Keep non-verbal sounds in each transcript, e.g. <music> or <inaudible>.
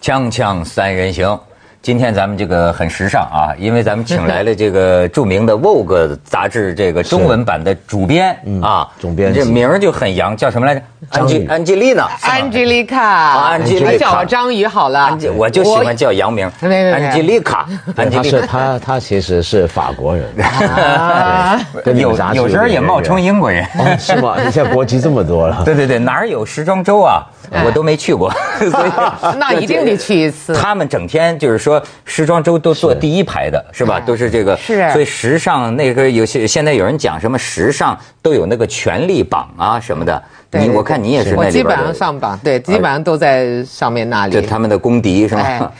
锵锵三人行，今天咱们这个很时尚啊，因为咱们请来了这个著名的《Vogue》杂志这个中文版的主编啊，总编辑这名儿就很洋，叫什么来着？安吉安吉丽娜，安吉丽卡，安吉丽卡你叫我章鱼好了。安吉，哦我就喜欢叫洋名，没没没安吉丽卡，安吉他丽是卡。他他其实是法 <laughs> 国人，啊跟你有们杂志有时候点也冒充渊英国人。源哦是吗？你现在国籍这么多了，对对对，哪儿有时装周啊？我都没去过，所以那一定得去一次。他们整天就是说时装周都坐第一排的是吧？哎都是这个，是所以时尚那个有些现在有人讲什么时尚都有那个权力榜啊什么的，对你对我看你也是我那里基边本上的，上榜，对，基本上都在上面那就里。他们的公敌是吗？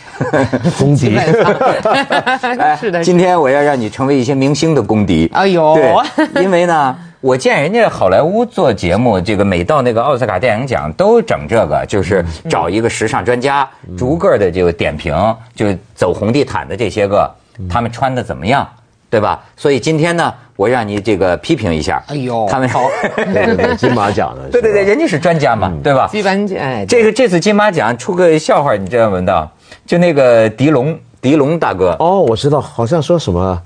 公敌 <laughs> <laughs> 哎是的，今天我要让你成为一些明星的公敌。哎呦对，因为呢，我见人家好莱坞做节目，这个每到那个奥斯卡电影奖都整这个，就是找一个时尚专家，逐个的就点评，就是走红地毯的这些个，他们穿的怎么样，对吧？所以今天呢，我让你这个批评一下。哎呦他们好，对对对，金马奖 <laughs> 的，对对对，是吧，人家是专家嘛，对吧？基本上哎，这个这次金马奖出个笑话，你知道闻到？就那个狄龙，狄龙大哥，哦，我知道，好像说什么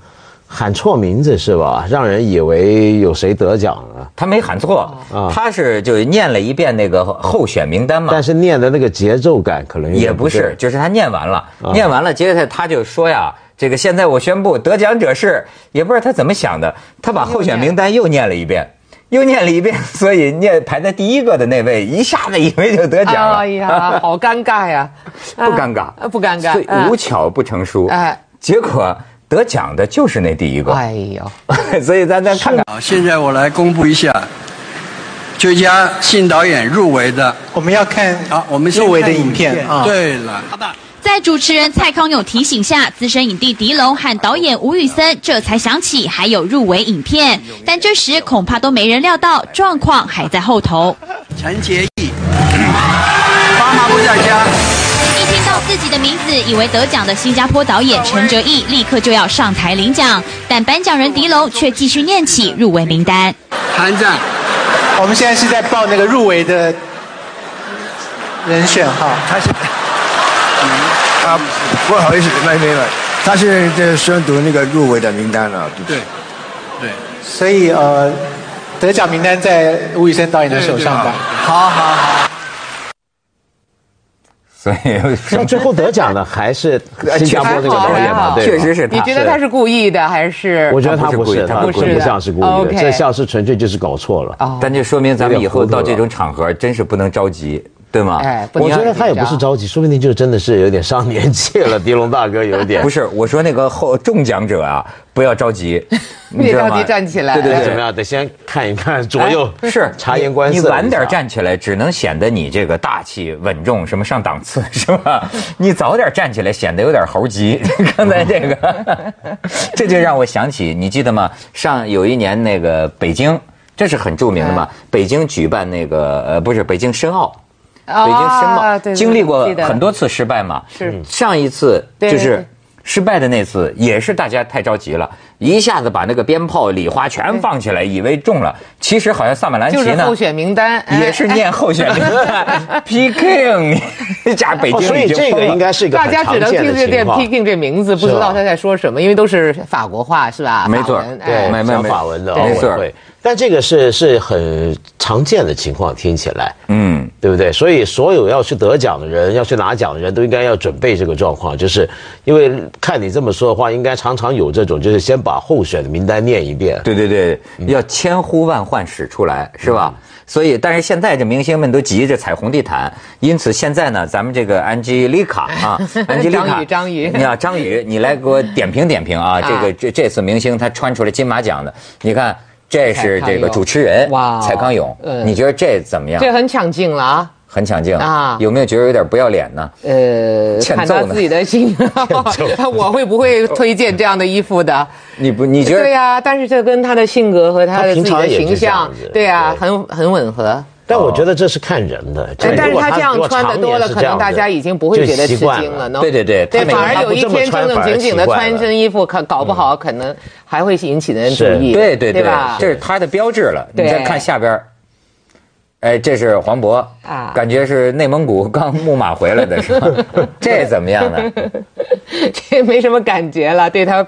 喊错名字是吧？让人以为有谁得奖了，他没喊错，他是就念了一遍那个候选名单嘛但，是念的那个节奏感可能有点也不嗯对啊是，，就是他念完了，念完了，接着他就说呀，这个现在我宣布得奖者是，也不知道他怎么想的，他把候选名单又念了一遍。又念了一遍，所以念排在第一个的那位一下子以为就得奖了，哎呀，好尴尬呀，啊 <laughs> 不尴尬啊不尴尬所以啊无巧不成书。哎结果得奖的就是那第一个，哎呦， <laughs> 所以咱咱看看好，现在我来公布一下最佳新导演入围的。我们要看好，我们先入围的看影片啊。对了，在主持人蔡康永提醒下，资深影帝狄龙和导演吴宇森这才想起还有入围影片，但这时恐怕都没人料到状况还在后头。陈洁仪，妈妈不在家。一听到自己的名字，以为得奖的新加坡导演陈哲艺立刻就要上台领奖，但颁奖人狄龙却继续念起入围名单。韩战， <laughs> 我们现在是在报那个入围的人选哈。他是，啊，不好意思，没没没，他是这宣读那个入围的名单了、对不对对，对，所以呃，得奖名单在吴宇森导演的手上吧。好好好，所以呃那最后得奖的 <laughs> 还是新加坡这个导演还嘛，好对吧啊确实是他你觉得他是故意的还是？啊我觉得他他不不是故是，意他他不不是不的像是故意的， OK 这像是纯粹就是搞错了。哦但这说明咱们以后到这种场合，真是不能着急，对吗？哎不我能觉得他也不是着急，说不定就真的是有点上年纪 <laughs> 了。狄龙大哥有点不是，我说那个后中奖者啊，不要着 <laughs> 急，你别知道着吗急站起来，对对怎对么。样？得先看一看左右，是察言观色。你晚点，站起来，只能显得你这个大气稳重，什么上档次是吧？ <laughs> 你早点站起来，显得有点猴急。 <laughs> 刚才这个， <laughs> 这就让我想起，你记得吗？上有一年那个北京，这是很著名的嘛，嗯北京举办那个呃，不是北京申奥，啊北京申奥对对对经历过记得很多次失败嘛，嗯是上一次对就对是对失败的那次，也是大家太着急了，一下子把那个鞭炮、礼花全放起来，以为中了，其实好像萨马兰奇就是呢候选哎名单，哎也是念候选名 <laughs> 单 PK，你家北哦京所以已经这疯个了应该是一个大很家常只见的能听这情店况。啊批评这名字，不知道他在说什么，因为都是法国话是吧？没错法文对哎没没讲没法文的对奥没错运会，但这个是是很常见的情况，听起来，嗯，对不对？所以所有要去得奖的人，要去拿奖的人都应该要准备这个状况，就是因为看你这么说的话，应该常常有这种，就是先把候选的名单念一遍，对对对，嗯要千呼万唤始出来，是吧？所以，但是现在这明星们都急着踩红地毯，因此现在呢，咱们这个安吉丽 <laughs> 卡啊，安吉丽卡，张宇张宇你啊，张宇，你来给我点评点评 <laughs> 啊，这个这这次明星他穿出来金马奖的，你看这是这个主持人哇蔡康永，嗯你觉得这怎么样？这很抢镜了啊。很抢镜啊有没有觉得有点不要脸呢？呃，欠看揍他呢自己 <laughs> 的心， <laughs> 我会不会推荐这样的衣服的？你不，你觉得对呀、但是这跟他的性格和他他的自平己常的也是形这样象子，对呀、对很很吻合。但我觉得这是看人的，就哎哦但如是果他这样如果穿的常多年了，是可这样能大的家已经不会觉得吃就习惯惊了呢。对对对对，他每反个而人有一他不这天么正穿正反而经经的奇怪了穿嗯一身衣服，可搞不好可能还会引起人注是意。对对对吧？这是他的标志了。你对再看下边儿，哎，这是黄渤啊感觉是内蒙古刚牧马回来的是 <laughs> 吧？这怎么样呢？这没什么感觉了，对他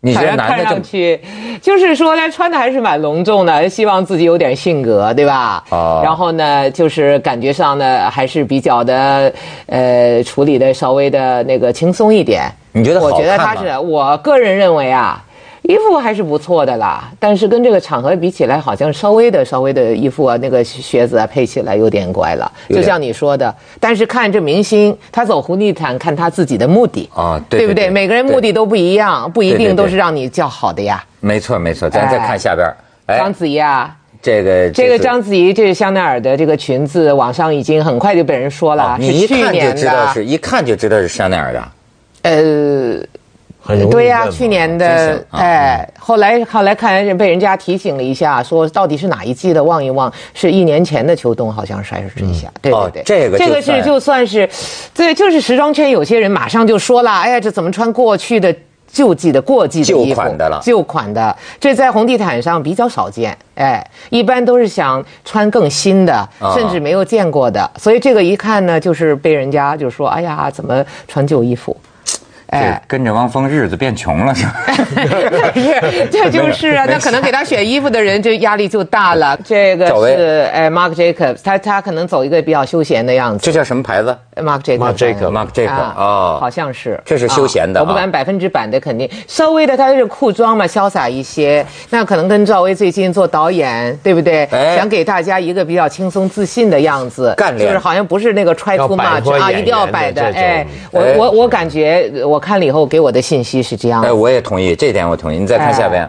你觉反得正男看的这上么去，就是说他穿的还是蛮隆重的，希望自己有点性格，对吧？哦然后呢，就是感觉上呢，还是比较的，呃，处理的稍微的那个轻松一点。你觉得好我看吗觉得他是，我个人认为啊。衣服还是不错的啦，但是跟这个场合比起来，好像稍微的、稍微的衣服啊，那个靴子啊配起来有点怪了，有就点像你说的。但是看这明星，他走红地毯，看他自己的目的啊对对不对对对？每个人目的对都不一样，不一对对对定都是让你叫好的呀。没错没错，咱再看下边儿，哎章，子怡啊，这个这个是章子怡这是香奈儿的这个裙子，网上已经很快就被人说了，哦啊是你一去看就年知道的，是一看就知道是香奈儿的，呃，很容易对呀、认嘛去年真行的，啊哎，后来后来看人被人家提醒了一下，说到底是哪一季的，望一望，是一年前的秋冬，好像是还是这一下，对哦对对，这个就这个算是就算是，对，就是时装圈有些人马上就说了，哎呀，这怎么穿过去的旧季的过季的旧衣服，款的了旧款的，这在红地毯上比较少见，哎，一般都是想穿更新的啊，甚至没有见过的，所以这个一看呢，就是被人家就说，哎呀，怎么穿旧衣服，哎这。跟着汪峰日子变穷了 <laughs> 是吧？是，这就是啊，那可能给他选衣服的人就压力就大了。这个赵薇是哎，Mark Jacobs，他他可能走一个比较休闲的样这子。叫什么牌子 Mark Jacobs。 Marc Jacobs ？Mark j a c 啊哦，好像是，这是休闲的啊我不啊敢百分之百的肯定，稍微的他是裤装嘛，潇洒一些。那可能跟赵薇最近做导演，对不对哎？想给大家一个比较轻松自信的样子，干练就是好像不是那个 try 要 too 摆脱 much 啊，演一定要员的摆的。这种哎，我哎我我感觉呃我看了以后给我的信息是这样的哎，。我也同意这点，我同意。你再看下边，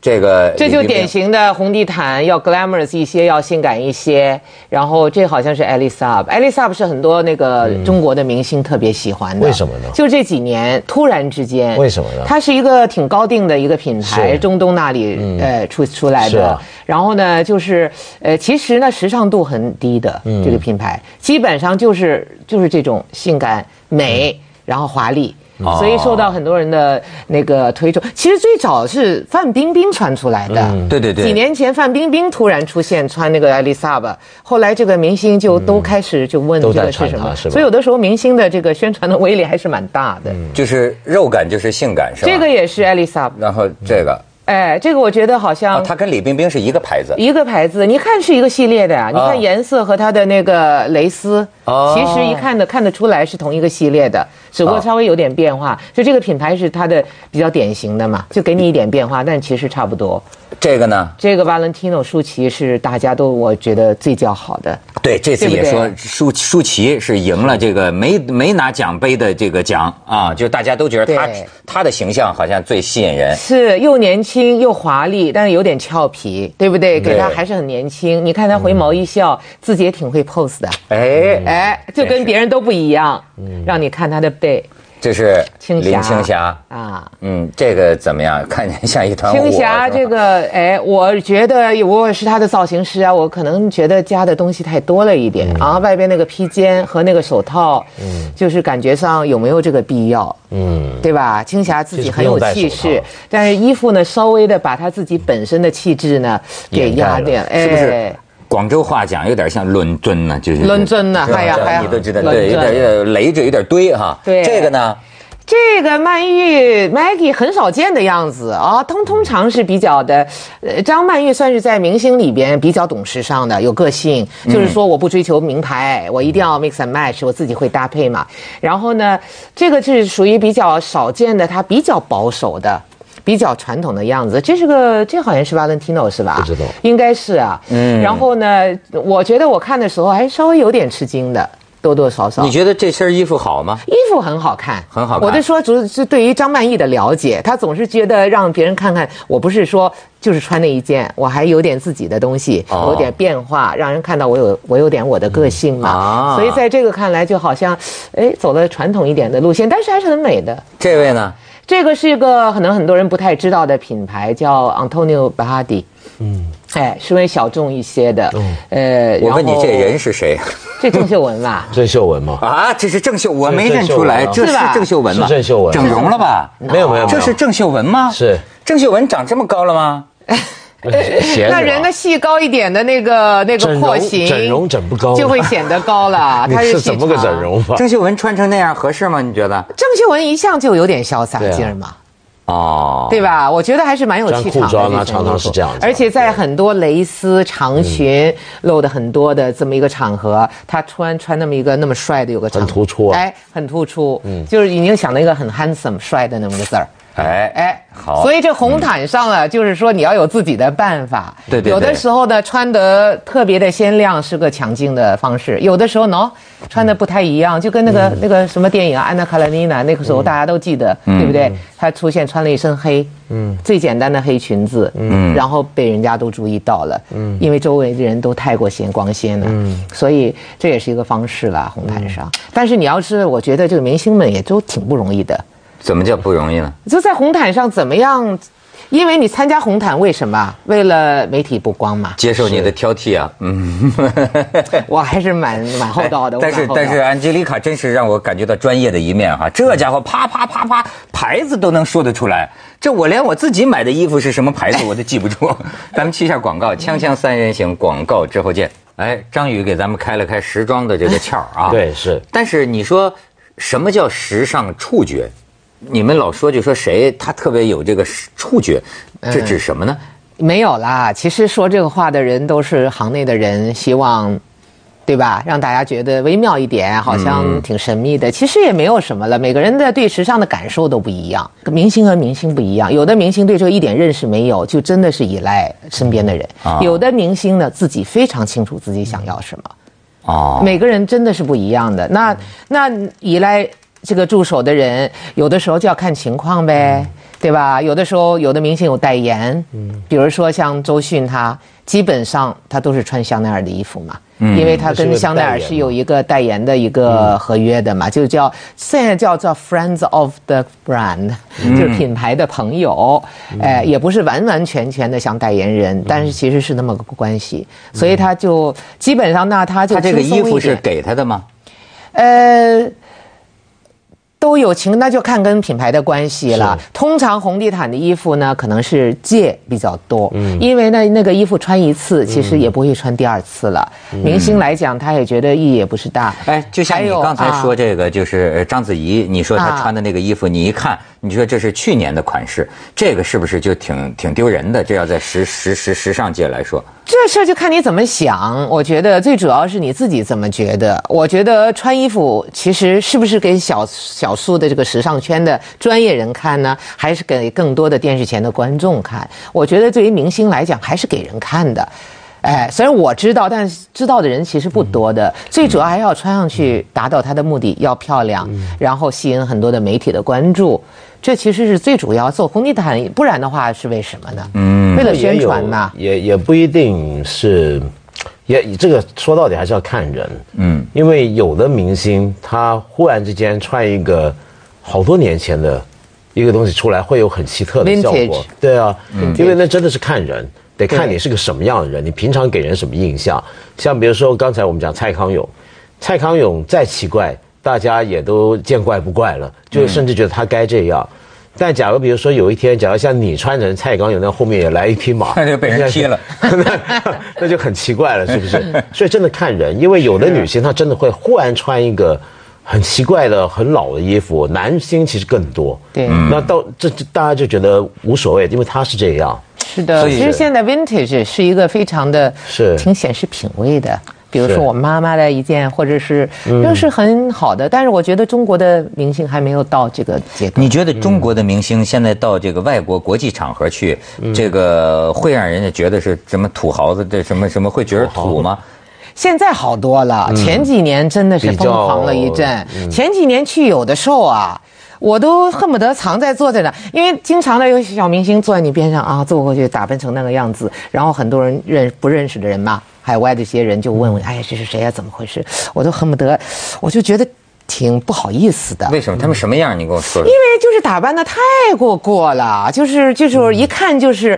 这个哎这就李冰冰典型的红地毯，要 glamorous 一些，要性感一些。然后这好像是 Ellie Sub，Ellie Sub 是很多那个中国的明星特别喜欢的。嗯为什么呢就这几年突然之间，为什么呢它是一个挺高定的一个品牌，是嗯中东那里呃出出来是的啊。然后呢，就是呃，其实呢时尚度很低的嗯这个品牌，基本上就是就是这种性感嗯美，然后华丽。哦所以受到很多人的那个推崇。其实最早是范冰冰传出来的，嗯对对对几年前范冰冰突然出现穿那个艾丽莎吧，后来这个明星就都开始就问嗯都这在个是传什它么，是吧嗯所以有的时候明星的这个宣传的威力还是蛮大的。就是肉感就是性感是吧？这个，也是艾丽莎，然后这个，哎，这个我觉得好哦，像它跟李冰冰是一个牌子。一个牌子，你看是一个系列的呀、你啊看颜色和它的那个蕾丝，哦其实一看的看得出来是同一个系列的，只不啊过稍微有点变化。就这个品牌是它的比较典型的嘛，就给你一点变化，但其实差不多。这个呢，这个 Valentino 舒淇是大家都我觉得最叫好的，对，这次对也不对说舒舒淇是赢了这个没没拿奖杯的这个奖啊，就大家都觉得她对她的形象好像最吸引人。是又年轻又华丽，但是有点俏皮，对不对对？嗯给她还是很年轻，你看她回眸一笑，自己也挺会 pose 的，哎，哎，就真是跟别人都不一样，嗯让你看她的背，这是青霞林青霞，啊。嗯，这个怎么样？ <laughs> 看起来像一团火。青霞是吧这个，哎，我觉得我是她的造型师啊，我可能觉得加的东西太多了一点嗯啊，外边那个披肩和那个手套，就是感觉上有没有这个必要，嗯，对吧？青霞自己很有气其实不用戴手势套，但是衣服呢，稍微的把她自己本身的气质呢给压掩盖掉，哎，是不是？广州话讲有点像伦敦呢，就是伦敦呢是吧哎呀这哎呀你都知道，伦对，敦有点有点累着，有点堆哈。对这个呢，这个曼玉 Maggie 很少见的样子啊，通通常是比较的，呃，张曼玉算是在明星里边比较懂时尚的，有个性，就是说我不追求名牌，我一定嗯要 mix and match，我自己会搭配嘛。然后呢，这个是属于比较少见的，她比较保守的。比较传统的样子，这是个这好像是 Valentino 是吧？不知道？应该是啊。嗯。然后呢，我觉得我看的时候还稍微有点吃惊的，多多少少。你觉得这身衣服好吗？衣服很好看，很好看我就说，主是对于张曼玉的了解，她总是觉得让别人看看，我不是说就是穿那一件，我还有点自己的东西，哦我有点变化，让人看到我有我有点我的个性嘛。嗯啊所以在这个看来，就好像，哎，走了传统一点的路线，但是还是很美的。这位呢？这个是一个可能很多人不太知道的品牌，叫 Antonio Badi。嗯，哎，是微小众一些的。呃，嗯我问你然，后这人，是谁这郑秀文吧 <laughs> 郑秀文嘛，啊？这是郑秀，我没这认是郑秀出来，文啊这是是吧郑秀文吗？是郑秀文整容了吧？没有没有，没有啊这是郑秀文吗？是郑秀文长这么高了吗？ <laughs> 闲呃那着人吧的戏高一点的那个那个整廓容形，整容整不高就会显得高 <laughs> 了。哦你他是细怎么个长整？容法？郑秀文穿成那样合适吗？你觉得？郑秀文一向就有点潇洒对啊劲儿嘛。哦，对吧？我觉得还是蛮有穿气裤场的。装啊这身常衣常服是这样子的嗯而且在很多蕾丝长裙露的很多的这么一个场合，他穿穿那么一个那么帅的有个场合很突出啊嗯哎，很突出，就是已经想到一个很 handsome 帅的那么个字儿。哎哎，好所以这红毯上啊，就是说你要有自己的办法。对对对有的时候呢，穿得特别的鲜亮是个抢镜的方式；有的时候呢，哦穿的不太一样，就跟那个、那个什么电影啊《安娜·卡列尼娜》，那个时候大家都记得，对不对？她出现穿了一身黑，嗯，最简单的黑裙子，嗯，然后被人家都注意到了，嗯，因为周围的人都太过显光鲜了，嗯，所以这也是一个方式啦，红毯上。但是你要是，我觉得这个明星们也都挺不容易的。怎么叫不容易呢？就在红毯上怎么样？因为你参加红毯，为什么？为了媒体曝光嘛。接受你的挑剔啊，嗯，我还是蛮蛮厚道的。我哎但是蛮厚道但是，安吉丽卡真是让我感觉到专业的一面哈、这家伙啪啪啪啪牌子都能说得出来，这我连我自己买的衣服是什么牌子我都记不住。 <laughs> 咱们去一下广告，《锵锵三人行》广告之后见。哎，张宇给咱们开了开时装的这个窍啊。对是但是你说什么叫时尚触觉？你们老说就说谁他特别有这个触觉，嗯这指什么呢？没有啦。其实说这个话的人都是行内的人，希望。对吧？让大家觉得微妙一点，好嗯像挺神秘的。其实也没有什么了，每个人的对时尚的感受都不一样，明星和明星不一样。有的明星对这个一点认识没有，就真的是依赖身边的人；啊有的明星呢，自己非常清楚自己想要什么。哦，每个人真的是不一样的。嗯那那依赖这个助手的人，有的时候就要看情况呗，嗯对吧？有的时候有的明星有代言，比如说像周迅她，基本上她都是穿香奈儿的衣服嘛。因为她嗯是为跟了香奈儿代言是有一个代言的一嗯个合约的嘛，就叫现在叫叫 Friends of the Brand，、就是嗯品牌的朋友，哎、也不是完完全全的像代言人，但是其实是那么个关系，所以她就基本上那她就嗯他这个轻松衣服一是点给他的吗？呃，都有情，那就看跟品牌的关系了。通常红地毯的衣服呢，可能是借比较多，嗯因为呢那个衣服穿一次，其实也不会穿第二次了。明星来讲，他也觉得意义也不是大。嗯哎，就像还你有刚才啊说这个，就是呃章子怡，你说她啊穿的那个衣服，你一看，你说这是去年的款式，这个是不是就挺挺丢人的？这要在时时时时尚界来说，这事儿就看你怎么想。我觉得最主要是你自己怎么觉得。我觉得穿衣服其实是不是给小小数的这个时尚圈的专业人看呢，还是给更多的电视前的观众看？我觉得对于明星来讲，还是给人看的。哎，虽然我知道，但是知道的人其实不多的。最主要还要穿上去达到他的目的，要漂亮，然后吸引很多的媒体的关注。这其实是最主要。走红地毯，不然的话是为什么呢？嗯，为了宣传呐。也也不一定是，也这个说到底还是要看人，嗯，因为有的明星他忽然之间穿一个好多年前的一个东西出来，会有很奇特的效 Vintage 果，对啊，因为那真的是看人，得看你是个什么样的人，你平常给人什么印象。像比如说刚才我们讲蔡康永，蔡康永再奇怪，大家也都见怪不怪了，就甚至觉得他该这样。但假如比如说有一天，假如像你穿成蔡康永那样后面也来一匹马，那就被人踢了，那哎 <laughs> 那就很奇怪了，是不是？ <laughs> 所以真的看人，因为有的女性她真的会忽然穿一个很奇怪的、很老的衣服，男星其实更多。对那到这这大家就觉得无所谓，因为他是这样。是的，所以其实现在 vintage 是一个非常的，是挺显示品味的。比如是嗯说我妈妈的一件，或者是都是很好的，但是我觉得中国的明星还没有到这个阶段。你觉得中国的明星现在到这个外国国际场合去，嗯这个会让人家觉得是什么土豪子？这什么什么会觉得土吗？现在好多了，前几年真的是疯狂了一阵。前几年去有的时候啊，我都恨不得藏在坐在那，因为经常的有小明星坐在你边上啊，坐过去打扮成那个样子，然后很多人认不认识的人嘛，海外的一些人就问我，哎，这是谁呀、怎么回事？我都恨不得，我就觉得挺不好意思的。为什么他们什么样？你跟我说说嗯因。为就是打扮的太过过了，就是就是一看就是。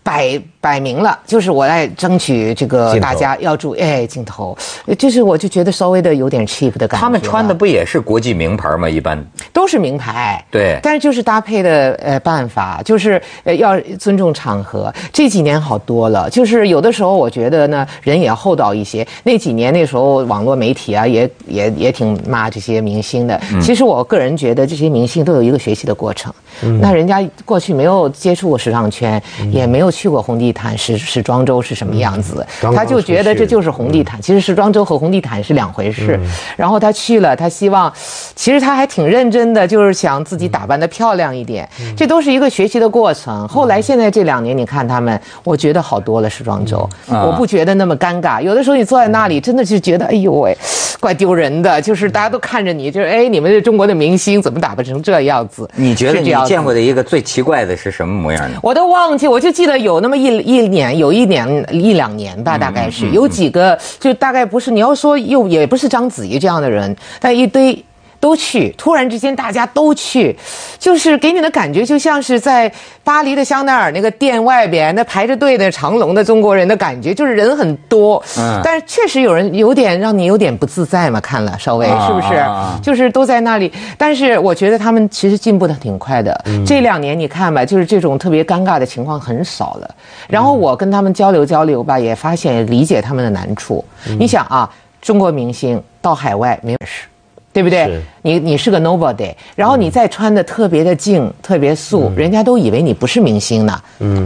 摆摆明了，就是我在争取这个镜头大家要注意哎镜头，就是我就觉得稍微的有点 cheap 的感觉了。他们穿的不也是国际名牌吗？一般都是名牌，对但是就是搭配的呃办法，就是呃要尊重场合。这几年好多了，就是有的时候我觉得呢，人也要厚道一些。那几年那时候网络媒体啊，也也也挺骂这些明星的。其实我个人觉得这些明星都有一个学习的过程。那人家过去没有接触过时尚圈，也没有去过红地毯、时时装周是什么样子，刚刚他就觉得这就是红地毯。其实时装周和红地毯是两回事。然后他去了，他希望，其实他还挺认真的，就是想自己打扮的漂亮一点。嗯这都是一个学习的过程。后来现在这两年，你看他们，我觉得好多了。时装周，啊我不觉得那么尴尬。有的时候你坐在那里，真的是觉得，哎呦喂，怪丢人的。就是大家都看着你，就是哎，你们这中国的明星怎么打扮成这样子？你觉得是这你样子见过的一个最奇怪的是什么模样呢？我都忘记，我就记得有那么一一年，有一年一两年吧，大概是、有几个，就大概不是你要说又也不是章子怡这样的人，但一堆。都去，突然之间大家都去，就是给你的感觉就像是在巴黎的香奈儿那个店外边那排着队的长龙的中国人的感觉，就是人很多，嗯但是确实有人有点让你有点不自在嘛，看了稍微啊是不是？啊啊就是都在那里。但是我觉得他们其实进步的挺快的。嗯这两年你看吧，就是这种特别尴尬的情况很少了。然后我跟他们交流交流吧，也发现理解他们的难处。嗯你想啊，中国明星到海外没有事。对不对是？你你是个 nobody，然后你再穿的特别的嗯静、特别素，人家都以为你不是明星呢，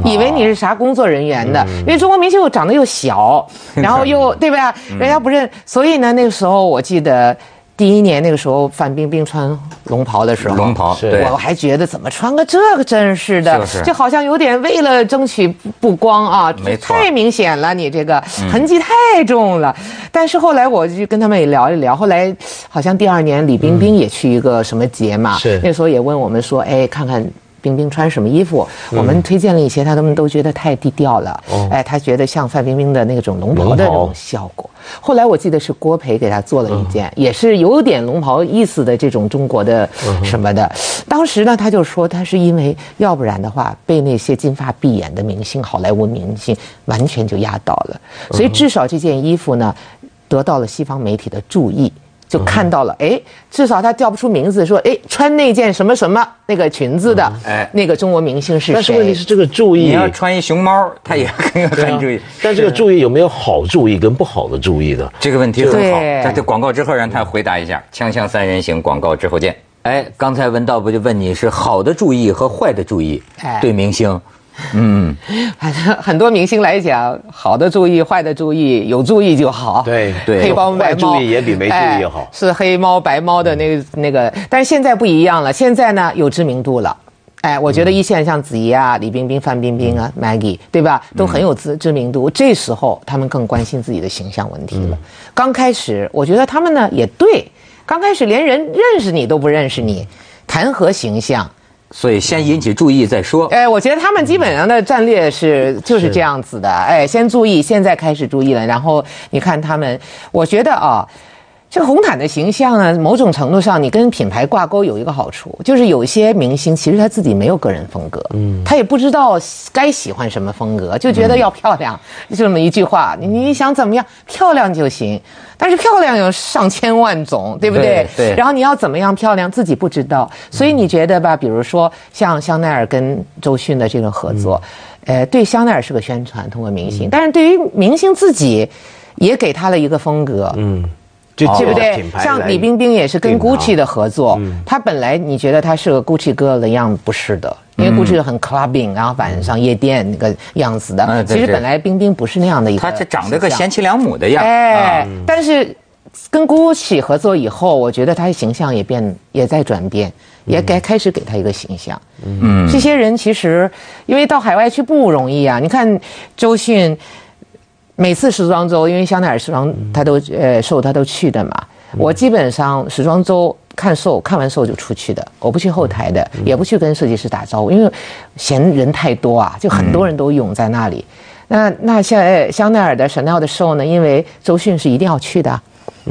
以为你是啥工作人员嗯的，因为中国明星又长得 <laughs> 又小，然后又对吧？嗯人家不认，所以呢，那个时候我记得第一年那个时候范冰冰穿龙袍的时候，龙袍，是对我，还觉得怎么穿个这个真是的，就是这好像有点为了争取曝光啊，没错嗯太明显了，你这个痕迹太重了。但是后来我就跟他们也聊一聊，后来好像第二年李嗯冰冰也去一个什么节嘛，是那时候也问我们说，哎，看看。冰冰穿什么衣服？嗯我们推荐了一些，他们都觉得太低调了。哦哎，他觉得像范冰冰的那种龙袍的那龙种袍效果。后来我记得是郭培给他做了一件，嗯也是有点龙袍意思的这种中国的什么的。当时呢，他就说他是因为要不然的话被那些金发碧眼的明星、好莱坞明星完全就压倒了，嗯所以至少这件衣服呢得到了西方媒体的注意。就看到嗯了，哎，至少他叫不出名字，说，哎，穿那件什么什么那个裙子嗯的，哎那个中国明星是谁？但是问题是这个注意你要穿一熊猫，他也很对啊很注意。但这个注意有没有好注意跟不好的注意呢？这个问题很好，对在这广告之后让他回答一下。锵锵三人行，广告之后见。哎，刚才文道不就问你是好的注意和坏的注意哎对明星？反正 <laughs> 很多明星来讲，好的注意，坏的注意，有注意就好。对对黑猫白坏猫注意也比没注意好哎是黑猫白猫的那个那个，但是现在不一样了，现在呢有知名度了。哎，嗯我觉得一线像子怡啊、李冰冰、范冰冰啊、Maggie，对吧，嗯都很有知知名度。这时候他们更关心自己的形象问题了。嗯刚开始，我觉得他们呢也对，刚开始连人认识你都不认识你，谈何形象？所以先引起注意再说。哎，我觉得他们基本上的战略是就是这样子的，哎，先注意，现在开始注意了，然后你看他们，我觉得啊。这个红毯的形象呢，某种程度上你跟品牌挂钩有一个好处，就是有些明星其实他自己没有个人风格，嗯，他也不知道该喜欢什么风格，就觉得要漂亮，就这么一句话，你你想怎么样漂亮就行，但是漂亮有上千万种，对不对？对对然后你要怎么样漂亮自己不知道，所以你觉得吧，比如说像香奈儿跟周迅的这种合作，嗯呃，对香奈儿是个宣传，通过明星，但是对于明星自己，也给他了一个风格，嗯。就对借不哦着对品？牌像来李冰冰也是跟定它 GUCCI 的合作，嗯她本来你觉得她是个 GUCCI 哥的样子，不是的，嗯因为 GUCCI 很 clubbing，然后晚上夜店那个样子的嗯。对其实对本来冰冰不是那样的一个他形象，这长得个贤妻良母的样。哎，但是跟 GUCCI 合作以后，我觉得他的形象也变也在转变，也该开始给他一个形象。嗯，这些人其实因为到海外去不容易啊，你看周迅。每次时装周，因为香奈儿时装他都呃秀他都去的嘛，我基本上时装周看秀，看完秀就出去的，我不去后台的，也不去跟设计师打招呼，因为嫌人太多啊，就很多人都涌在那里。那那现在香奈儿的 Chanel 的秀呢，因为周迅是一定要去的啊。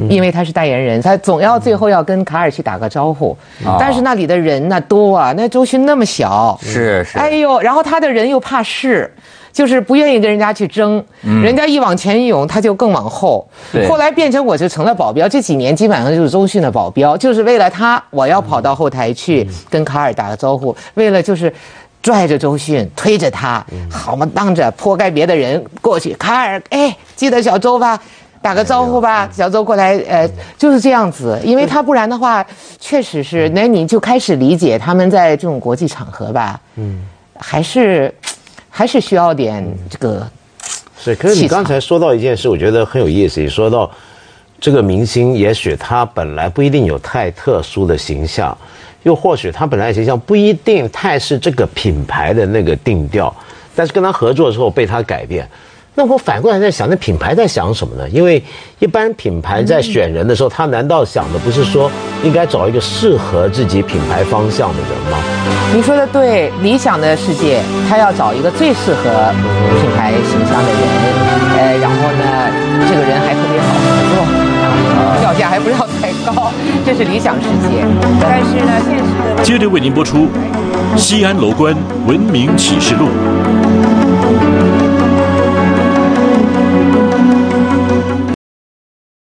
因为他是代言人，他总要最后要跟卡尔去打个招呼，但是那里的人呢多啊，那周迅那么小，是是哎呦，然后他的人又怕事，就是不愿意跟人家去争，人家一往前涌，他就更往后对。后来变成我就成了保镖，这几年基本上就是周迅的保镖，就是为了他，我要跑到后台去跟卡尔打个招呼，为了就是。拽着周迅，推着他，好嘛，当着泼该别的人过去。卡尔，哎，记得小周吧，打个招呼吧。小周过来，呃，就是这样子，因为他不然的话，确实是，那你就开始理解他们在这种国际场合吧，嗯，还是，还是需要点这个，是，可是你刚才说到一件事，我觉得很有意思。你说到这个明星，也许他本来不一定有太特殊的形象，又或许他本来的形象不一定太是这个品牌的那个定调，但是跟他合作之后被他改变。那我反过来在想，那品牌在想什么呢？因为一般品牌在选人的时候，他难道想的不是说应该找一个适合自己品牌方向的人吗？你说的对，理想的世界，他要找一个最适合品牌形象的人，呃，然后呢，这个人还特别好合作，然后票价还不要太高，这是理想世界。但是呢，现实的问题接着为您播出《西安楼观文明启示录》。